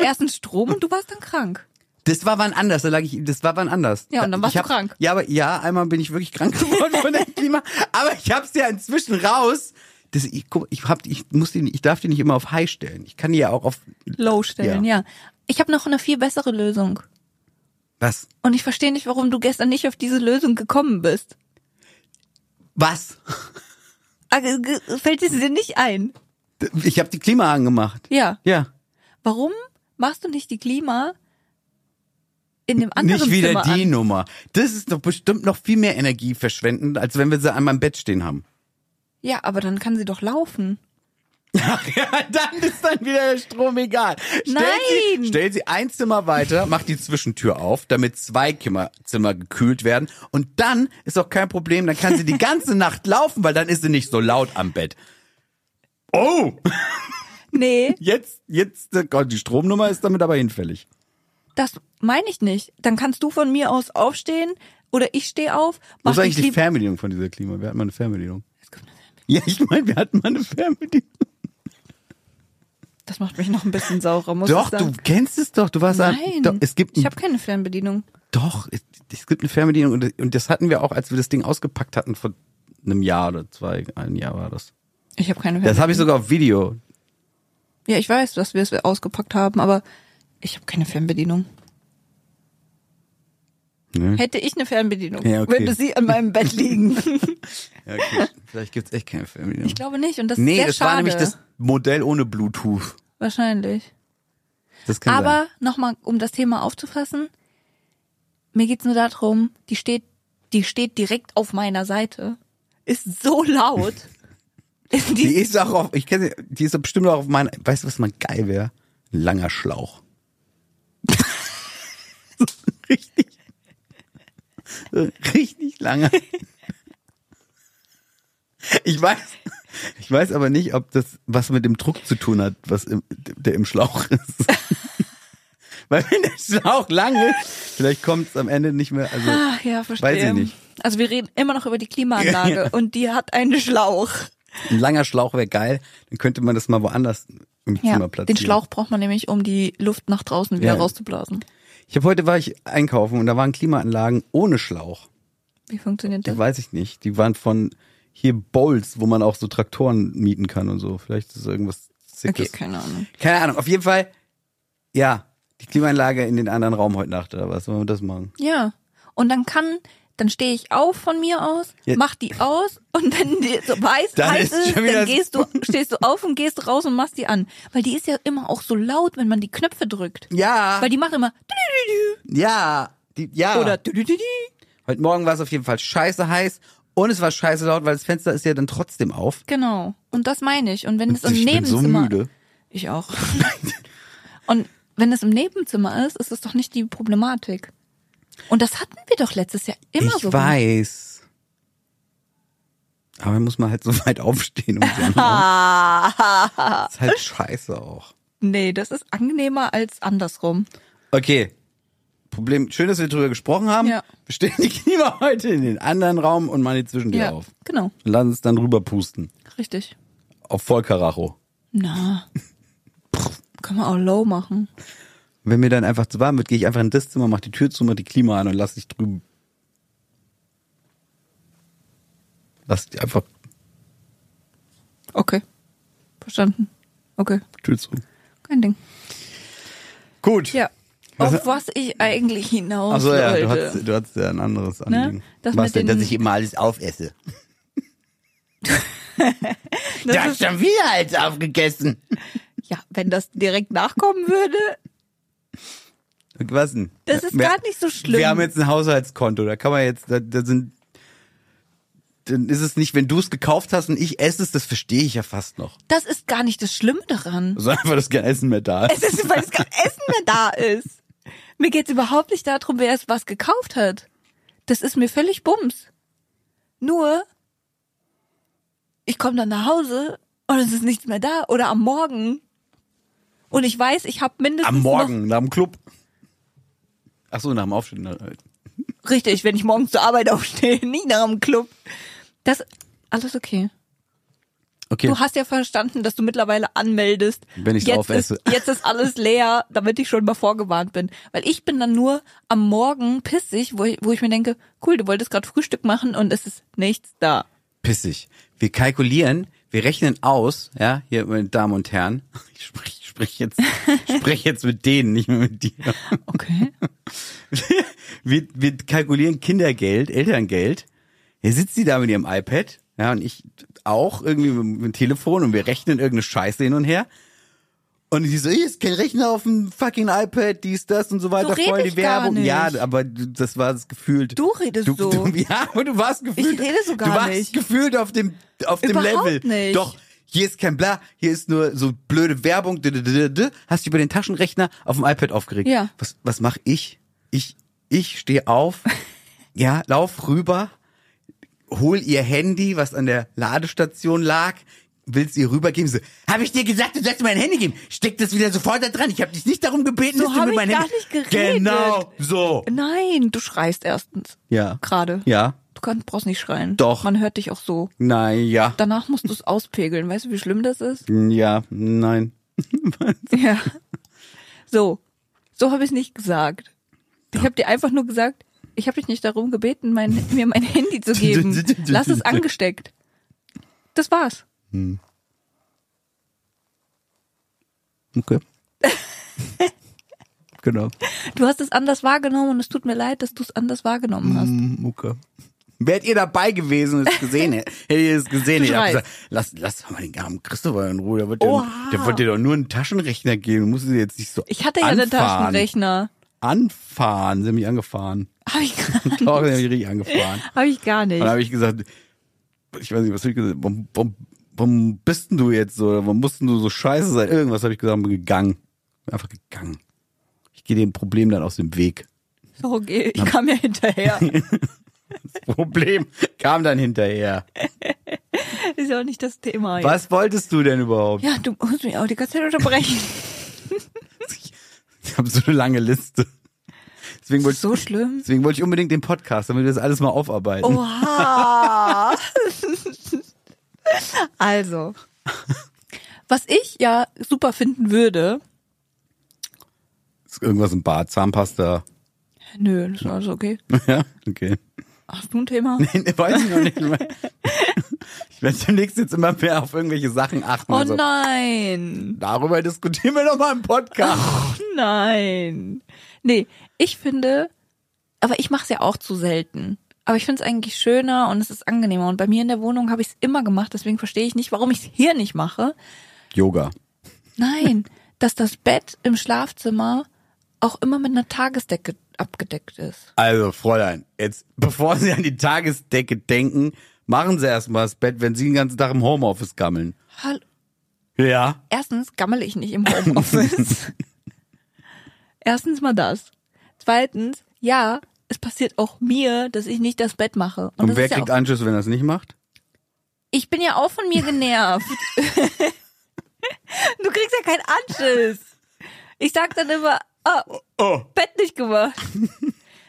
Speaker 3: Erstens Strom und du warst dann krank.
Speaker 2: Das war wann anders, da lag ich, das war wann anders.
Speaker 3: Ja, und dann
Speaker 2: Ich
Speaker 3: warst du
Speaker 2: hab-
Speaker 3: krank.
Speaker 2: Ja, aber ja, einmal bin ich wirklich krank [LAUGHS] geworden von dem Klima, aber ich hab's ja inzwischen raus. Das, ich, guck, ich, hab, ich, muss die, ich darf die nicht immer auf High stellen. Ich kann die ja auch auf.
Speaker 3: Low stellen,
Speaker 2: Ja.
Speaker 3: ja. Ich habe noch eine viel bessere Lösung.
Speaker 2: Was?
Speaker 3: Und ich verstehe nicht, warum du gestern nicht auf diese Lösung gekommen bist.
Speaker 2: Was?
Speaker 3: Ah, ge- ge- Fällt es dir nicht ein?
Speaker 2: Ich habe die Klima angemacht.
Speaker 3: Ja.
Speaker 2: Ja.
Speaker 3: Warum machst du nicht die Klima in dem anderen
Speaker 2: nicht wieder
Speaker 3: Zimmer
Speaker 2: die
Speaker 3: an?
Speaker 2: Nummer. Das ist doch bestimmt noch viel mehr Energie verschwendend, als wenn wir sie an meinem Bett stehen haben.
Speaker 3: Ja, aber dann kann sie doch laufen.
Speaker 2: Ach ja, dann ist dann wieder der Strom egal. Stell
Speaker 3: Nein!
Speaker 2: Sie, stell sie ein Zimmer weiter, mach die Zwischentür auf, damit zwei Zimmer, Zimmer gekühlt werden. Und dann ist auch kein Problem, dann kann sie die ganze Nacht laufen, weil dann ist sie nicht so laut am Bett. Oh,
Speaker 3: Nee,
Speaker 2: jetzt, jetzt, oh Gott, die Stromnummer ist damit aber hinfällig.
Speaker 3: das meine ich nicht. Dann kannst du von mir aus aufstehen oder ich stehe auf.
Speaker 2: Wo
Speaker 3: mach
Speaker 2: ist eigentlich die
Speaker 3: Klima-
Speaker 2: Fernbedienung von dieser Klima? Wir hatten mal eine Fernbedienung.
Speaker 3: Es kommt eine
Speaker 2: Ja,
Speaker 3: Fernbedienung.
Speaker 2: ich meine, wir hatten mal eine Fernbedienung.
Speaker 3: Das macht mich noch ein bisschen saurer, muss
Speaker 2: Doch,
Speaker 3: ich
Speaker 2: du
Speaker 3: sagen.
Speaker 2: kennst es doch. Du warst an-
Speaker 3: Nein,
Speaker 2: doch, es gibt
Speaker 3: ich habe keine Fernbedienung.
Speaker 2: Doch, es, es gibt eine Fernbedienung und, und das hatten wir auch, als wir das Ding ausgepackt hatten vor einem Jahr oder zwei, ein Jahr war das.
Speaker 3: Ich habe keine
Speaker 2: Das
Speaker 3: Fernbedienung.
Speaker 2: habe ich sogar auf Video.
Speaker 3: Ja, ich weiß, dass wir es ausgepackt haben, aber ich habe keine Fernbedienung.
Speaker 2: Ne?
Speaker 3: Hätte ich eine Fernbedienung,
Speaker 2: Ja, okay.
Speaker 3: würde sie an
Speaker 2: [LAUGHS]
Speaker 3: meinem Bett liegen.
Speaker 2: Ja, okay. [LAUGHS] Vielleicht gibt's echt keine Fernbedienung.
Speaker 3: ich glaube nicht und das ist
Speaker 2: nee,
Speaker 3: sehr
Speaker 2: das
Speaker 3: schade.
Speaker 2: war nämlich das Modell ohne Bluetooth.
Speaker 3: Wahrscheinlich.
Speaker 2: Das kann sein.
Speaker 3: aber nochmal, um das Thema aufzufassen, mir geht's nur darum, die steht, die steht direkt auf meiner Seite, ist so
Speaker 2: [LAUGHS]
Speaker 3: laut. die,
Speaker 2: Die ist auch auf, ich kenne sie, die ist doch bestimmt auch auf meiner, weißt du, was mal geil wäre? Ein langer Schlauch. [LAUGHS] So richtig. so Richtig lange. Ich weiß, ich weiß aber nicht, ob das was mit dem Druck zu tun hat, was im, der im Schlauch ist. [LAUGHS] Weil wenn der Schlauch lang ist, vielleicht kommt es am Ende nicht mehr. Also
Speaker 3: Ach Ah, ja, verstehe.
Speaker 2: Weiß ich nicht.
Speaker 3: Also wir reden immer noch über
Speaker 2: [LAUGHS]
Speaker 3: die Klimaanlage
Speaker 2: Ja, ja.
Speaker 3: und die hat einen Schlauch.
Speaker 2: ein langer Schlauch wäre geil. Dann könnte man das mal woanders im
Speaker 3: Ja,
Speaker 2: Zimmer platzieren.
Speaker 3: den Schlauch braucht man nämlich, um die Luft nach draußen wieder
Speaker 2: Ja.
Speaker 3: rauszublasen.
Speaker 2: Ich habe heute war ich einkaufen und da waren Klimaanlagen ohne Schlauch.
Speaker 3: Wie funktioniert
Speaker 2: Die
Speaker 3: das?
Speaker 2: weiß ich nicht. Die waren von hier Bowls, wo man auch so Traktoren mieten kann und so. Vielleicht ist irgendwas
Speaker 3: Okay,
Speaker 2: Sickes.
Speaker 3: keine Ahnung.
Speaker 2: Keine Ahnung. Auf jeden Fall, ja, die Klimaanlage in den anderen Raum heute Nacht oder was? Wollen wir das machen?
Speaker 3: Ja. Und dann kann, dann stehe ich auf von mir aus,
Speaker 2: Ja.
Speaker 3: mach die aus und wenn die so weiß,
Speaker 2: Dann ist
Speaker 3: heiß ist,
Speaker 2: schon wieder
Speaker 3: dann
Speaker 2: das-
Speaker 3: gehst du, stehst du auf und gehst raus und machst die an. Weil die ist ja immer auch so laut, wenn man die Knöpfe drückt.
Speaker 2: Ja,
Speaker 3: Weil die macht immer
Speaker 2: ja, die, ja.
Speaker 3: oder
Speaker 2: Heute Morgen war es auf jeden Fall scheiße heiß und es war scheiße laut, weil das Fenster ist ja dann trotzdem auf.
Speaker 3: Genau. Und das meine ich. Und wenn es im
Speaker 2: Ich bin so
Speaker 3: Nebenzimmer.
Speaker 2: müde.
Speaker 3: Ich auch. [LAUGHS] Und wenn es im Nebenzimmer ist, ist es doch nicht die Problematik. Und das hatten wir doch letztes Jahr immer
Speaker 2: ich
Speaker 3: so. gemacht.
Speaker 2: weiß. Aber muss man halt so [LAUGHS] weit aufstehen.
Speaker 3: [LAUGHS]
Speaker 2: Um sie anzumachen.
Speaker 3: Ah,
Speaker 2: das ist halt scheiße auch.
Speaker 3: nee, das ist angenehmer als andersrum.
Speaker 2: Okay. Problem. Schön, dass wir drüber gesprochen haben.
Speaker 3: Ja.
Speaker 2: Wir stellen die Knie mal heute in den anderen Raum und machen die zwischen dir
Speaker 3: Ja,
Speaker 2: auf.
Speaker 3: genau,
Speaker 2: Und lassen es dann rüber pusten.
Speaker 3: richtig.
Speaker 2: Auf Vollkaracho.
Speaker 3: Na, [LAUGHS] kann man auch low machen.
Speaker 2: Wenn mir dann einfach zu warm wird, gehe ich einfach in das Zimmer, mache die Tür zu, mache die Klima an und lass dich drüben. Lass dich einfach
Speaker 3: Okay, verstanden. Okay,
Speaker 2: Tür zu.
Speaker 3: kein Ding.
Speaker 2: Gut.
Speaker 3: Ja, um auf was ich eigentlich hinaus
Speaker 2: Achso, Also- ja,
Speaker 3: wollte.
Speaker 2: du hattest, du hattest ja ein anderes Anliegen.
Speaker 3: Ne? Das
Speaker 2: Was
Speaker 3: mit
Speaker 2: denn,
Speaker 3: den-
Speaker 2: dass ich immer alles aufesse?
Speaker 3: Das
Speaker 2: da
Speaker 3: ist-
Speaker 2: ist schon wieder alles aufgegessen.
Speaker 3: Ja, wenn das direkt nachkommen würde,
Speaker 2: Was denn?
Speaker 3: Das ist gar nicht so schlimm.
Speaker 2: Wir haben jetzt ein Haushaltskonto, da kann man jetzt, da, da sind, dann ist es nicht, wenn du es gekauft hast und ich esse es, das verstehe ich ja fast noch.
Speaker 3: das ist gar nicht das Schlimme daran.
Speaker 2: So einfach, dass kein Essen mehr da
Speaker 3: Es
Speaker 2: ist.
Speaker 3: ist, weil es kein Essen mehr da ist. Mir geht's überhaupt nicht darum, wer es was gekauft hat. Das ist mir völlig bums. Nur, ich komme dann nach Hause und es ist nichts mehr da. Oder am Morgen. Und ich weiß, ich habe mindestens
Speaker 2: Am Morgen, nach dem Club. Ach so, nach dem Aufstehen. na, äh,
Speaker 3: Noch, richtig, wenn ich morgens zur Arbeit aufstehe, [LAUGHS] nicht nach dem Club. Das, alles okay.
Speaker 2: Okay.
Speaker 3: Du hast ja verstanden, dass du mittlerweile anmeldest.
Speaker 2: Wenn ich's
Speaker 3: jetzt
Speaker 2: aufesse.
Speaker 3: Ist, jetzt ist alles leer, damit ich schon mal vorgewarnt bin. Weil ich bin dann nur am Morgen pissig, wo ich, wo ich mir denke, cool, du wolltest gerade Frühstück machen und es ist nichts da.
Speaker 2: pissig. Wir kalkulieren, wir rechnen aus, ja, hier, meine Damen und Herren. [LAUGHS] Ich sprich, ich sprich jetzt, ich sprech jetzt mit denen, nicht mehr mit dir.
Speaker 3: Okay.
Speaker 2: wir, wir kalkulieren Kindergeld, Elterngeld. Hier sitzt sie da mit ihrem iPad, ja, und ich auch irgendwie mit dem Telefon und wir rechnen irgendeine Scheiße hin und her. Und die so, ich ist kein Rechner auf dem fucking iPad, dies, das und so weiter,
Speaker 3: So red
Speaker 2: voll die
Speaker 3: ich gar
Speaker 2: Werbung.
Speaker 3: nicht.
Speaker 2: Ja, aber du- das war das gefühlt.
Speaker 3: Du redest
Speaker 2: du,
Speaker 3: so.
Speaker 2: Du, [LAUGHS] ja, aber du warst gefühlt.
Speaker 3: rede so gar
Speaker 2: Du warst
Speaker 3: nicht.
Speaker 2: gefühlt auf dem, auf dem
Speaker 3: Überhaupt
Speaker 2: Level.
Speaker 3: nicht.
Speaker 2: Doch, hier ist kein Bla, hier ist nur so blöde Werbung. d- d- d- d- Hast dich über den Taschenrechner auf dem iPad aufgeregt.
Speaker 3: Ja.
Speaker 2: Was, was mache ich? Ich, ich stehe
Speaker 3: [LAUGHS]
Speaker 2: auf, ja, lauf rüber, hol ihr Handy, was an der Ladestation lag, will's ihr rübergeben. So, habe ich dir gesagt, du sollst mir mein Handy geben? Steck das wieder sofort da dran. Ich habe dich nicht darum gebeten,
Speaker 3: So
Speaker 2: dass du
Speaker 3: hab
Speaker 2: mir
Speaker 3: ich
Speaker 2: mein
Speaker 3: gar
Speaker 2: Handy.
Speaker 3: nicht geredet.
Speaker 2: Genau, so.
Speaker 3: [LAUGHS] Nein, du schreist erstens.
Speaker 2: Ja.
Speaker 3: Gerade.
Speaker 2: Ja.
Speaker 3: Du kannst, brauchst nicht schreien.
Speaker 2: Doch.
Speaker 3: Man hört dich auch so.
Speaker 2: Nein, ja.
Speaker 3: Danach musst du es auspegeln. Weißt du, wie schlimm das ist?
Speaker 2: Ja, nein.
Speaker 3: [LAUGHS] Ja. So, so habe ich es nicht gesagt. Ich habe dir einfach nur gesagt, ich habe dich nicht darum gebeten, mein, mir mein Handy [LAUGHS] zu geben. Lass es angesteckt. Das war's. [LAUGHS]
Speaker 2: Okay. genau.
Speaker 3: Du hast es anders wahrgenommen und es tut mir leid, dass du es anders wahrgenommen hast.
Speaker 2: Mm, Okay. Wärt ihr dabei gewesen und es gesehen,
Speaker 3: [LAUGHS]
Speaker 2: hättet hättet ihr es gesehen.
Speaker 3: Du
Speaker 2: Ich hab
Speaker 3: schreist.
Speaker 2: gesagt, lass, lass doch mal den armen Christopher in Ruhe. Der wollte,
Speaker 3: Oha.
Speaker 2: der wollte dir doch nur einen Taschenrechner geben. Du musst sie jetzt nicht so
Speaker 3: Ich hatte ja einen
Speaker 2: anfahren.
Speaker 3: Taschenrechner.
Speaker 2: Anfahren. Sie haben mich
Speaker 3: [LAUGHS]
Speaker 2: angefahren.
Speaker 3: Habe ich,
Speaker 2: Doch, sie haben mich richtig angefahren.
Speaker 3: hab ich gar
Speaker 2: Und dann
Speaker 3: nicht.
Speaker 2: habe ich gesagt, ich weiß nicht, was hab ich gesagt, warum, warum, warum bist denn du jetzt so, oder warum musst denn du so scheiße sein? Irgendwas habe ich gesagt, bin gegangen. Bin einfach gegangen. Ich gehe dem Problem dann aus dem Weg. [LAUGHS]
Speaker 3: So, okay, ich kam ja [LAUGHS] hinterher.
Speaker 2: Problem kam dann hinterher.
Speaker 3: Ist ja auch nicht das Thema. jetzt.
Speaker 2: Was wolltest du denn überhaupt?
Speaker 3: Ja, du musst mich auch die ganze Zeit unterbrechen.
Speaker 2: Ich habe so eine lange Liste. Deswegen wollte,
Speaker 3: So schlimm.
Speaker 2: deswegen wollte ich unbedingt den Podcast, damit wir das alles mal aufarbeiten.
Speaker 3: Oha! [LAUGHS] also, was ich ja super finden würde,
Speaker 2: Ist irgendwas im Bad, Zahnpasta. [LAUGHS]
Speaker 3: nö, das war alles okay.
Speaker 2: Ja, okay.
Speaker 3: Hast du ein Thema?
Speaker 2: Nee, [LAUGHS] Weiß ich noch nicht mehr. Ich werde demnächst jetzt immer mehr auf irgendwelche Sachen achten.
Speaker 3: Oh
Speaker 2: Also,
Speaker 3: nein, Oh
Speaker 2: darüber diskutieren wir nochmal im Podcast.
Speaker 3: nein. Nee, ich finde, aber ich mache es ja auch zu selten. Aber ich finde es eigentlich schöner und es ist angenehmer. Und bei mir in der Wohnung habe ich es immer gemacht, deswegen verstehe ich nicht, warum ich es hier nicht mache.
Speaker 2: [LAUGHS] Yoga.
Speaker 3: Nein, dass das Bett im Schlafzimmer auch immer mit einer Tagesdecke abgedeckt ist.
Speaker 2: Also, Fräulein, jetzt, bevor Sie an die Tagesdecke denken, machen Sie erstmal das Bett, wenn Sie den ganzen Tag im Homeoffice gammeln.
Speaker 3: Hallo.
Speaker 2: Ja.
Speaker 3: Erstens gammel ich
Speaker 2: [LAUGHS]
Speaker 3: nicht im Homeoffice. Erstens mal das. Zweitens, ja, es passiert auch mir, dass ich nicht das Bett mache.
Speaker 2: Und,
Speaker 3: das
Speaker 2: wer
Speaker 3: ist ja
Speaker 2: kriegt
Speaker 3: auch,
Speaker 2: Anschluss, wenn er es nicht macht?
Speaker 3: Ich bin ja auch von mir genervt. [LAUGHS] du kriegst ja keinen Anschiss. Ich sag dann immer, oh,
Speaker 2: Oh.
Speaker 3: Bett nicht gemacht.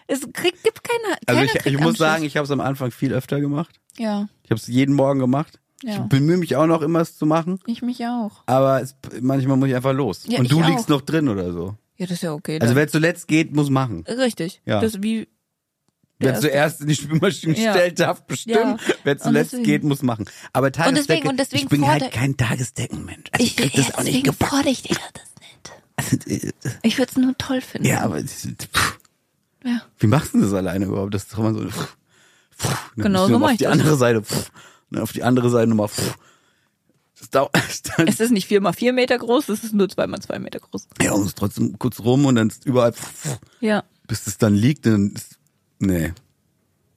Speaker 3: Es kriegt, gibt keine.
Speaker 2: Also
Speaker 3: keiner
Speaker 2: ich,
Speaker 3: kriegt
Speaker 2: ich muss
Speaker 3: Anschiss.
Speaker 2: sagen, ich habe es am Anfang viel öfter gemacht.
Speaker 3: Ja,
Speaker 2: Ich habe es jeden Morgen gemacht.
Speaker 3: Ja.
Speaker 2: Ich bemühe mich auch noch immer, es zu machen.
Speaker 3: ich mich auch.
Speaker 2: Aber es, manchmal muss ich einfach los.
Speaker 3: Ja,
Speaker 2: Und du
Speaker 3: ich
Speaker 2: liegst
Speaker 3: auch.
Speaker 2: noch drin oder so.
Speaker 3: Ja, das ist ja okay.
Speaker 2: Also
Speaker 3: dann.
Speaker 2: wer zuletzt geht, muss machen.
Speaker 3: Richtig.
Speaker 2: Ja.
Speaker 3: Das ist wie
Speaker 2: Wer
Speaker 3: erste.
Speaker 2: zuerst in die Spülmaschine
Speaker 3: Ja.
Speaker 2: stellt, darf bestimmen.
Speaker 3: Ja.
Speaker 2: Wer
Speaker 3: Und
Speaker 2: zuletzt
Speaker 3: deswegen-
Speaker 2: geht, muss machen. Aber Tagesdecke,
Speaker 3: und deswegen
Speaker 2: ich bin halt
Speaker 3: forder-
Speaker 2: kein Tagesdeckenmensch. Also ich, krieg das
Speaker 3: ja,
Speaker 2: auch nicht
Speaker 3: deswegen
Speaker 2: gebacken.
Speaker 3: fordere ich dir das nicht. Ich würde es nur toll finden.
Speaker 2: Ja, aber das ist- pff,
Speaker 3: Ja.
Speaker 2: wie machst du das alleine überhaupt? Das ist doch immer so eine pff, pff, und dann
Speaker 3: Genau
Speaker 2: musst du
Speaker 3: so
Speaker 2: nochmal
Speaker 3: mach
Speaker 2: auf
Speaker 3: ich
Speaker 2: die
Speaker 3: das.
Speaker 2: andere Seite. Pff, und dann auf die andere Seite nochmal. Pff. Das dauert. [LAUGHS] Das dauert
Speaker 3: Es ist nicht vier mal vier Meter groß, es ist nur zwei mal zwei Meter groß.
Speaker 2: ja, und es trotzdem kurz rum und dann ist überall. Pff, pff,
Speaker 3: Ja.
Speaker 2: bis es dann liegt, dann ist, nee.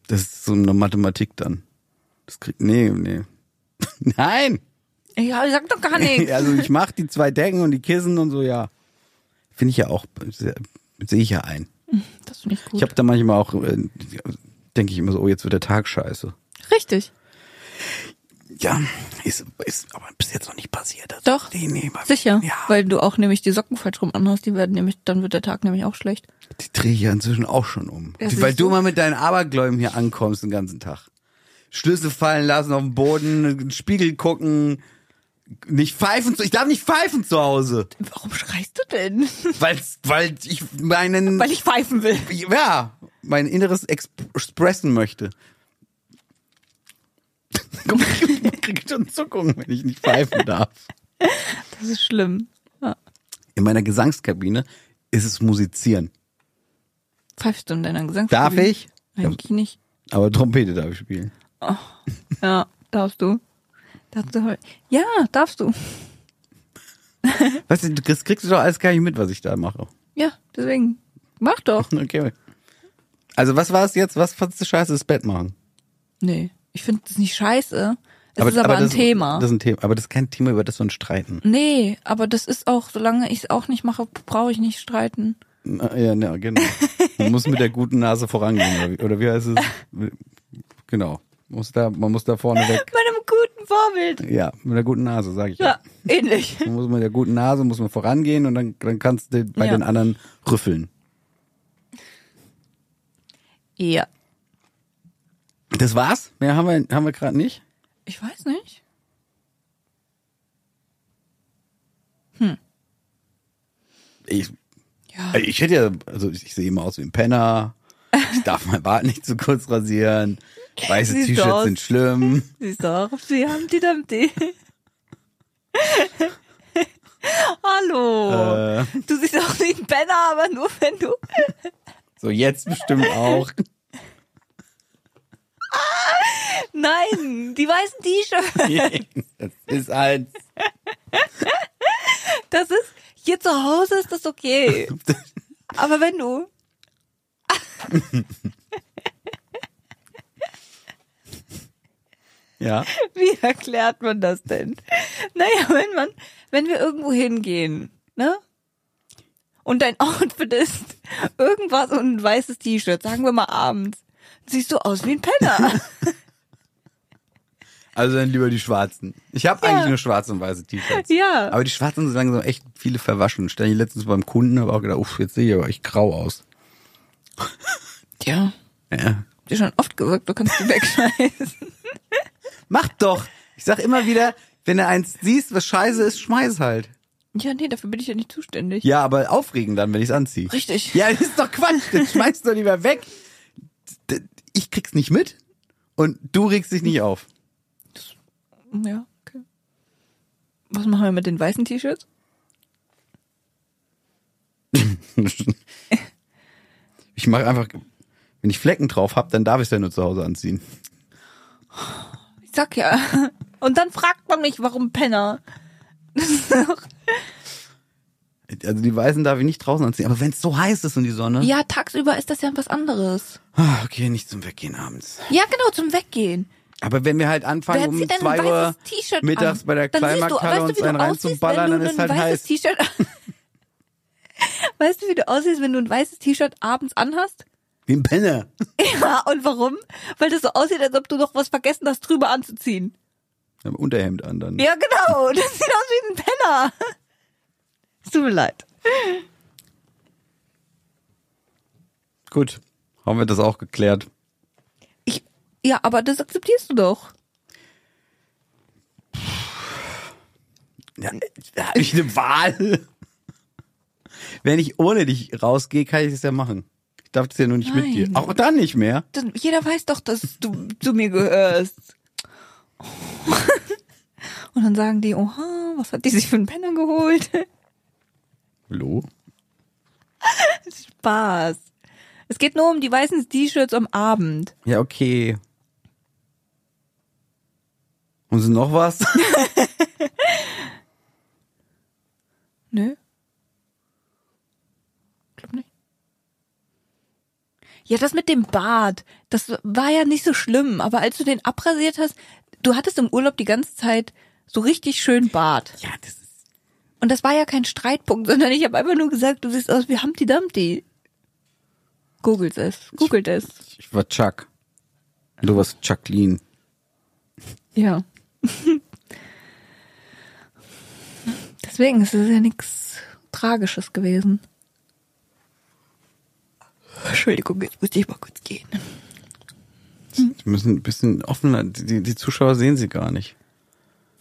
Speaker 2: Das ist so eine Mathematik dann. Das kriegt, nee, nee. [LAUGHS] Nein!
Speaker 3: Ja, ich sag
Speaker 2: [LAUGHS]
Speaker 3: doch gar nichts.
Speaker 2: Also ich mach die zwei Decken und die Kissen und so, ja. Finde ich ja auch, sehe ich ja ein.
Speaker 3: Das finde ich gut.
Speaker 2: Ich habe da manchmal auch, äh, denke ich immer so, oh, jetzt wird der Tag scheiße.
Speaker 3: Richtig.
Speaker 2: Ja, ist, ist aber bis jetzt noch nicht passiert. Also,
Speaker 3: Doch.
Speaker 2: Nee, nee, mal-
Speaker 3: Sicher.
Speaker 2: Ja,
Speaker 3: Weil du auch nämlich die Socken falsch rum anhast, die werden nämlich, dann wird der Tag nämlich auch schlecht.
Speaker 2: die drehe ich ja inzwischen auch schon um.
Speaker 3: Ja,
Speaker 2: Weil
Speaker 3: siehst
Speaker 2: du
Speaker 3: du.
Speaker 2: immer mit deinen Abergläuben hier ankommst den ganzen Tag. Schlüssel fallen lassen auf dem Boden, in den Spiegel gucken, nicht pfeifen, zu- ich darf nicht pfeifen zu Hause,
Speaker 3: Warum schreist du denn? [LAUGHS]
Speaker 2: weil, weil ich meinen,
Speaker 3: Weil ich pfeifen will.
Speaker 2: ja, mein inneres exp- expressen möchte. Guck,
Speaker 3: [LAUGHS]
Speaker 2: ich krieg schon Zuckungen, wenn ich nicht pfeifen darf.
Speaker 3: Das ist schlimm. Ja.
Speaker 2: In meiner Gesangskabine ist es musizieren.
Speaker 3: Pfeifst du in deiner Gesang?
Speaker 2: Darf ich?
Speaker 3: Eigentlich nicht.
Speaker 2: Aber Trompete darf ich spielen.
Speaker 3: Ja, darfst du. Darfst du halt. Ja, darfst du.
Speaker 2: Weißt du, das kriegst du doch alles gar nicht mit, was ich da mache. [LAUGHS]
Speaker 3: Ja, deswegen. Mach doch.
Speaker 2: Okay. Also was war es jetzt? Was fandst du scheiße, das Bett machen?
Speaker 3: Nee, ich finde das nicht scheiße. Es ist aber, ein
Speaker 2: das,
Speaker 3: Thema.
Speaker 2: Das ist ein Thema. Aber das ist kein Thema, über das wir uns streiten.
Speaker 3: nee, aber das ist auch, solange ich es auch nicht mache, brauche ich nicht streiten.
Speaker 2: Na, Ja, ja genau. Man muss mit der guten Nase vorangehen. Oder wie, oder wie heißt es? Genau. Muss da, man muss da vorne weg.
Speaker 3: Bei einem guten Vorbild.
Speaker 2: Ja, mit der guten Nase, sage ich. Ja.
Speaker 3: Ja, ähnlich.
Speaker 2: Man muss mit der guten Nase muss man vorangehen und dann, dann kannst du bei
Speaker 3: Ja.
Speaker 2: den anderen rüffeln.
Speaker 3: Ja.
Speaker 2: Das war's? Mehr haben wir, haben wir gerade nicht.
Speaker 3: Ich weiß nicht.
Speaker 2: Ich,
Speaker 3: Ja.
Speaker 2: Also ich hätte ja, also ich, ich sehe immer aus wie ein Penner. Ich darf mein Bart nicht zu kurz rasieren. Weiße
Speaker 3: Siehst du
Speaker 2: T-Shirts
Speaker 3: aus.
Speaker 2: sind
Speaker 3: [LAUGHS]
Speaker 2: schlimm.
Speaker 3: Siehst du auch, sie haben die eh. Dumpty. Hallo.
Speaker 2: Äh,
Speaker 3: Du siehst auch nicht ein Banner, aber nur wenn du.
Speaker 2: so jetzt bestimmt
Speaker 3: [LAUGHS]
Speaker 2: auch.
Speaker 3: Nein, die weißen T-Shirts.
Speaker 2: das ist halt. [LAUGHS]
Speaker 3: Das ist, hier zu Hause ist das okay. Aber wenn du.
Speaker 2: Ja.
Speaker 3: [LAUGHS] Wie erklärt man das denn? Naja, wenn man, wenn wir irgendwo hingehen, ne? Und dein [LAUGHS] Outfit ist irgendwas und ein weißes T-Shirt, sagen wir mal abends, siehst du aus wie ein Penner.
Speaker 2: Also dann lieber die schwarzen. Ich habe
Speaker 3: Ja.
Speaker 2: eigentlich nur schwarze und weiße T-Shirts.
Speaker 3: Ja.
Speaker 2: Aber die schwarzen sind langsam echt viele verwaschen. Stand ich letztens beim Kunden, habe auch gedacht, uff, jetzt sehe ich aber echt grau aus.
Speaker 3: Ja.
Speaker 2: Ja.
Speaker 3: Dir schon oft gesagt, du kannst die wegschmeißen. [LAUGHS]
Speaker 2: Macht doch. Ich sag immer wieder, wenn du eins siehst, was scheiße ist, schmeiß halt.
Speaker 3: Ja, nee, dafür bin ich ja nicht zuständig.
Speaker 2: Ja, aber aufregend dann, wenn ich es anziehe.
Speaker 3: Richtig.
Speaker 2: Ja, das ist doch Quatsch. Das schmeißt du lieber weg. D- Ich krieg's nicht mit und du regst dich nicht auf.
Speaker 3: Ja, okay. Was machen wir mit den weißen T-Shirts?
Speaker 2: Ich mache einfach, Wenn ich Flecken drauf habe, dann darf ich es ja nur zu Hause anziehen.
Speaker 3: Ich sag ja. [LAUGHS] Und dann fragt man mich, warum Penner. Das ist doch-
Speaker 2: Also die Weißen darf ich nicht draußen anziehen. Aber wenn es so heiß ist und die Sonne.
Speaker 3: ja, tagsüber ist das ja was anderes.
Speaker 2: Ah, Okay, nicht zum Weggehen abends.
Speaker 3: Ja, genau, zum Weggehen.
Speaker 2: Aber wenn wir halt
Speaker 3: Wer
Speaker 2: anfangen,
Speaker 3: hat sie
Speaker 2: um
Speaker 3: denn ein
Speaker 2: 2 Uhr
Speaker 3: weißes T-Shirt an?
Speaker 2: mittags bei der
Speaker 3: Dann siehst du-
Speaker 2: Kleinmarkthalle
Speaker 3: weißt du,
Speaker 2: uns
Speaker 3: wie du
Speaker 2: einen
Speaker 3: aussiehst,
Speaker 2: reinzuballern,
Speaker 3: wenn
Speaker 2: dann
Speaker 3: du
Speaker 2: ist
Speaker 3: ein
Speaker 2: halt
Speaker 3: weißes
Speaker 2: heiß.
Speaker 3: T-Shirt an- [LAUGHS] Weißt du, wie du aussiehst, wenn du ein weißes T-Shirt abends anhast? [LAUGHS]
Speaker 2: Wie ein Penner.
Speaker 3: Ja, und warum? Weil das so aussieht, als ob du noch was vergessen hast, drüber anzuziehen.
Speaker 2: Ich hab Unterhemd an dann.
Speaker 3: Ja, genau. [LAUGHS] Das sieht aus wie ein Penner. [LAUGHS] Es tut mir leid.
Speaker 2: Gut, haben wir das auch geklärt.
Speaker 3: Ich, ja, aber das akzeptierst du doch.
Speaker 2: Ja, habe ich eine Wahl. Wenn ich ohne dich rausgehe, kann ich das ja machen. Ich darf das ja nur nicht mit dir.
Speaker 3: Nein.
Speaker 2: Auch dann nicht mehr.
Speaker 3: Das, jeder weiß doch, dass du zu mir gehörst. Und dann sagen die, oha, was hat die sich für einen Penner geholt?
Speaker 2: Hallo?
Speaker 3: Spaß. Es geht nur um die weißen T-Shirts am Abend.
Speaker 2: Ja, okay. Und so noch was?
Speaker 3: Nö. Glaub nicht. Ja, das mit dem Bart, das war ja nicht so schlimm, aber als du den abrasiert hast, du hattest im Urlaub die ganze Zeit so richtig schön Bart.
Speaker 2: ja, das ist.
Speaker 3: Und das war ja kein Streitpunkt, sondern ich habe einfach nur gesagt, du siehst aus wie Humpty Dumpty. Googelt es, googelt es.
Speaker 2: Ich war Chuck. Und Du warst Jacqueline.
Speaker 3: Ja. [LAUGHS] Deswegen ist es ja nichts Tragisches gewesen. Entschuldigung, jetzt musste ich mal kurz gehen.
Speaker 2: Die müssen ein bisschen offener. Die, die Zuschauer sehen sie gar nicht.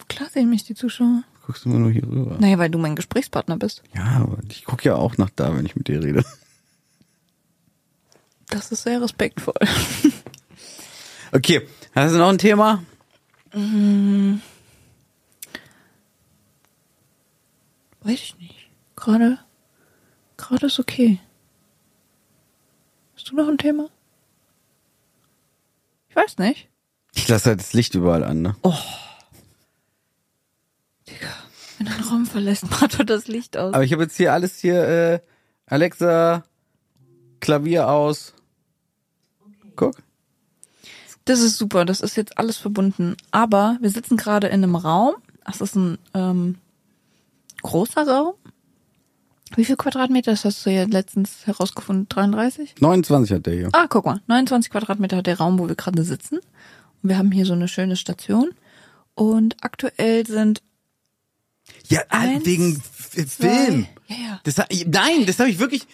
Speaker 3: Klar sehen mich die Zuschauer.
Speaker 2: Du guckst immer nur hier rüber.
Speaker 3: Naja, weil du mein Gesprächspartner bist.
Speaker 2: Ja, aber ich guck ja auch nach da, wenn ich mit dir rede. [LAUGHS]
Speaker 3: Das ist sehr respektvoll.
Speaker 2: Okay, hast du noch ein Thema?
Speaker 3: Weiß ich nicht. Gerade, gerade ist okay. Hast du noch ein Thema? Ich weiß nicht.
Speaker 2: Ich lasse halt das Licht überall an, ne?
Speaker 3: Wenn ein Raum verlässt, [LAUGHS] macht er das Licht aus.
Speaker 2: Aber ich habe jetzt hier alles hier, äh, Alexa, Klavier aus. Guck.
Speaker 3: Das ist super, das ist jetzt alles verbunden. Aber wir sitzen gerade in einem Raum. Ach, Das ist ein ähm, großer Raum. Wie viel Quadratmeter das hast du ja letztens herausgefunden? 33?
Speaker 2: 29 hat der hier.
Speaker 3: Ah, guck mal, 29 Quadratmeter hat der Raum, wo wir gerade sitzen. Und wir haben hier so eine schöne Station. Und aktuell sind
Speaker 2: Ja, äh,
Speaker 3: Eins,
Speaker 2: wegen F- Film.
Speaker 3: Zwei. Ja, ja.
Speaker 2: Das, ha- ich- nein, das habe ich wirklich.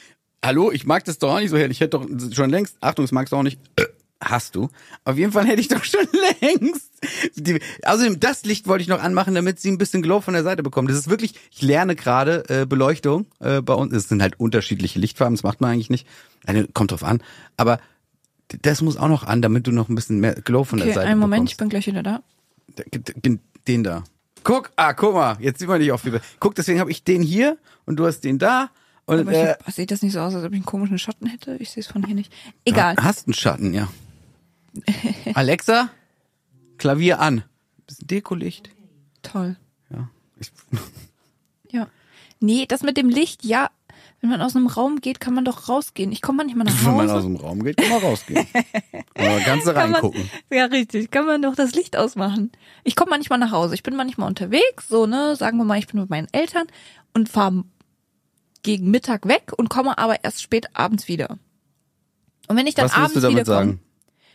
Speaker 2: Hallo, ich mag das doch auch nicht so herrlich. Ich hätte doch schon längst. Achtung, das magst du auch nicht. [CLEARS THROAT] Hast du? Auf jeden Fall hätte ich doch schon [LAUGHS] längst. Die, außerdem, das Licht wollte ich noch anmachen, damit sie ein bisschen Glow von der Seite bekommen. Das ist wirklich, ich lerne gerade äh, Beleuchtung äh, bei uns. Es sind halt unterschiedliche Lichtfarben, das macht man eigentlich nicht. Also, kommt drauf an. Aber d- das muss auch noch an, damit du noch ein bisschen mehr Glow von der
Speaker 3: Okay,
Speaker 2: Seite
Speaker 3: einen Moment, ich
Speaker 2: bekommst.
Speaker 3: bin gleich wieder da.
Speaker 2: Den, den da. Guck, ah, guck mal, jetzt sieht man dich auch wieder. Guck, deswegen habe ich den hier und du hast den da. Und,
Speaker 3: Aber
Speaker 2: äh,
Speaker 3: ich, sieht das nicht so aus, als ob ich einen komischen Schatten hätte? Ich sehe es von hier nicht. Egal.
Speaker 2: Hast einen Schatten,
Speaker 3: [LAUGHS]
Speaker 2: ja. Alexa, Klavier an. Bisschen Dekolicht.
Speaker 3: Toll.
Speaker 2: Ja. Ich,
Speaker 3: Ja. Nee, das mit dem Licht, ja. Wenn man aus einem Raum geht, kann man doch rausgehen. Ich
Speaker 2: [LAUGHS]
Speaker 3: komme manchmal nach
Speaker 2: [LAUGHS]
Speaker 3: Hause.
Speaker 2: wenn man aus dem Raum geht, kann man rausgehen. Aber ganz da
Speaker 3: [LAUGHS] kann man,
Speaker 2: reingucken.
Speaker 3: ja, richtig. Kann man doch das Licht ausmachen. Ich komme manchmal nach Hause. Ich bin manchmal unterwegs, so, ne? Sagen wir mal, ich bin mit meinen Eltern und fahre gegen Mittag weg und komme aber erst spät abends wieder. Und wenn ich dann
Speaker 2: Was willst
Speaker 3: abends
Speaker 2: du damit
Speaker 3: wiederkomme,
Speaker 2: sagen?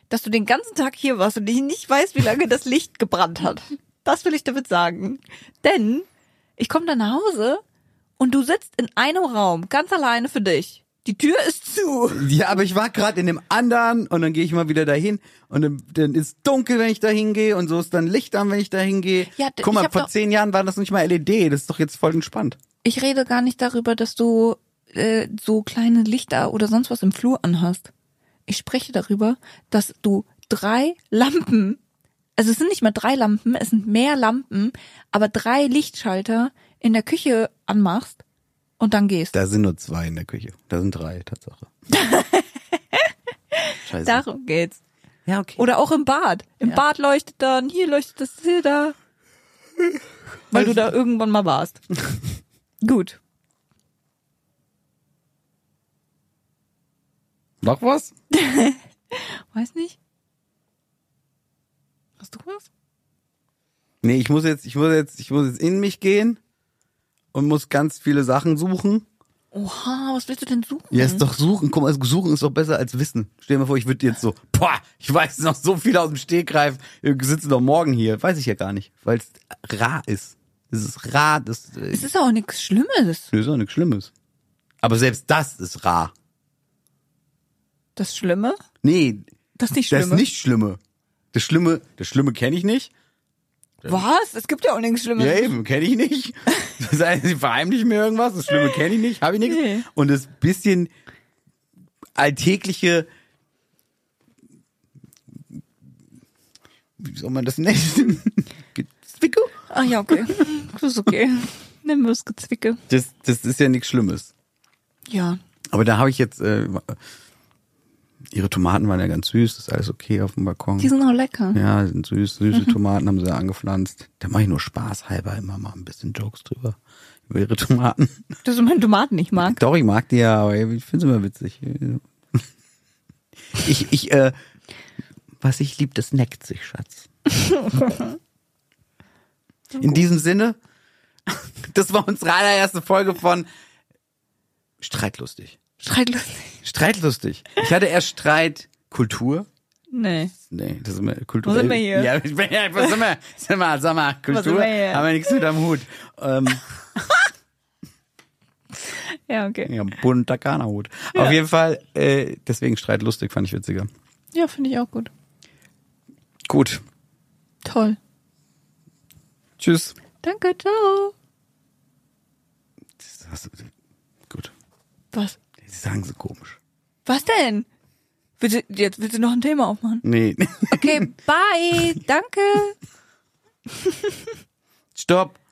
Speaker 3: dass du den ganzen Tag hier warst und ich nicht weiß, wie lange das Licht gebrannt hat. Das will ich damit sagen. Denn ich komme dann nach Hause und du sitzt in einem Raum, ganz alleine für dich. Die Tür ist zu.
Speaker 2: Ja, aber ich war gerade in dem anderen und dann gehe ich mal wieder dahin und dann, dann ist dunkel, wenn ich dahin gehe und so ist dann Licht an, wenn ich dahin gehe.
Speaker 3: Ja, d-
Speaker 2: Guck
Speaker 3: ich
Speaker 2: mal,
Speaker 3: hab
Speaker 2: vor
Speaker 3: doch-
Speaker 2: zehn Jahren war das nicht mal LED. Das ist doch jetzt voll entspannt.
Speaker 3: Ich rede gar nicht darüber, dass du äh, so kleine Lichter oder sonst was im Flur anhast. Ich spreche darüber, dass du drei Lampen, also es sind nicht mal drei Lampen, es sind mehr Lampen, aber drei Lichtschalter in der Küche anmachst und dann gehst. [LAUGHS]
Speaker 2: Da sind nur zwei in der Küche. Da sind drei, Tatsache. Scheiße.
Speaker 3: Darum geht's.
Speaker 2: ja, okay.
Speaker 3: Oder auch im Bad. Im
Speaker 2: Ja.
Speaker 3: Bad leuchtet dann, hier leuchtet das, hier da. Weil du da irgendwann mal [LAUGHS] warst. Gut.
Speaker 2: noch was?
Speaker 3: Weiß nicht. Hast du was?
Speaker 2: Nee, ich muss jetzt, ich muss jetzt, ich muss jetzt in mich gehen und muss ganz viele Sachen
Speaker 3: Mhm.
Speaker 2: suchen.
Speaker 3: Oha, was willst du denn suchen?
Speaker 2: Ja, ist doch suchen. Guck mal, suchen ist doch besser als wissen. Stell dir mal vor, ich würde jetzt so, boah, ich weiß noch so viel aus dem Stegreif, wir sitzen doch morgen hier. Weiß ich ja gar nicht, weil es rar ist. Es ist rar, das äh,
Speaker 3: Es ist auch nichts Schlimmes.
Speaker 2: das ist auch nichts Schlimmes. Aber selbst das ist rar.
Speaker 3: Das Schlimme?
Speaker 2: Nee,
Speaker 3: Das nicht
Speaker 2: das
Speaker 3: Schlimme.
Speaker 2: ist nicht Schlimme. Das Schlimme, das Schlimme kenne ich nicht.
Speaker 3: was? Es gibt ja auch nichts Schlimmes.
Speaker 2: Ja, eben, kenne ich nicht. Das heißt, sie verheimlichen mir irgendwas, das Schlimme kenne ich nicht, habe ich nichts.
Speaker 3: Nee.
Speaker 2: Und das bisschen alltägliche, wie soll man das nennen? Gezwicke?
Speaker 3: Ach Ah, ja, okay. Das ist okay. Nimm es Gezwicke.
Speaker 2: Das, das ist ja nichts Schlimmes.
Speaker 3: Ja.
Speaker 2: Aber da habe ich jetzt, äh, ihre Tomaten waren ja ganz süß, das ist alles okay auf dem Balkon.
Speaker 3: Die sind auch lecker.
Speaker 2: ja, sind süß, süße Tomaten haben sie angepflanzt. Da mache ich nur Spaß halber immer mal ein bisschen Jokes drüber. Über ihre Tomaten.
Speaker 3: Dass du meine Tomaten nicht magst.
Speaker 2: Doch, ich mag die ja, aber ich finde sie immer
Speaker 3: [LAUGHS]
Speaker 2: witzig. Ich, ich, äh, was ich lieb, das neckt sich,
Speaker 3: [LAUGHS]
Speaker 2: Schatz. In diesem Sinne, das war unsere allererste Folge von Streitlustig.
Speaker 3: Streitlustig.
Speaker 2: Streitlustig. Ich hatte erst Streitkultur.
Speaker 3: Nee.
Speaker 2: Nee, das ist immer Kultur.
Speaker 3: Wo sind wir hier?
Speaker 2: Ja, ich bin, ja, was sind wir? Sag mal, sag mal, Kultur.
Speaker 3: sind wir hier?
Speaker 2: Haben wir nichts mit am Hut. Ähm,
Speaker 3: Ja, okay.
Speaker 2: ja, bunter Kana-Hut. Auf jeden Fall, äh, deswegen Streitlustig fand ich witziger.
Speaker 3: Ja, finde ich auch gut.
Speaker 2: Gut.
Speaker 3: Toll.
Speaker 2: Tschüss.
Speaker 3: Danke, ciao.
Speaker 2: Gut.
Speaker 3: Was?
Speaker 2: Die sagen so komisch.
Speaker 3: Was denn? Willst du, jetzt willst du noch ein Thema aufmachen?
Speaker 2: Nee. [LAUGHS]
Speaker 3: [LAUGHS] Okay, bye. Danke.
Speaker 2: Stopp.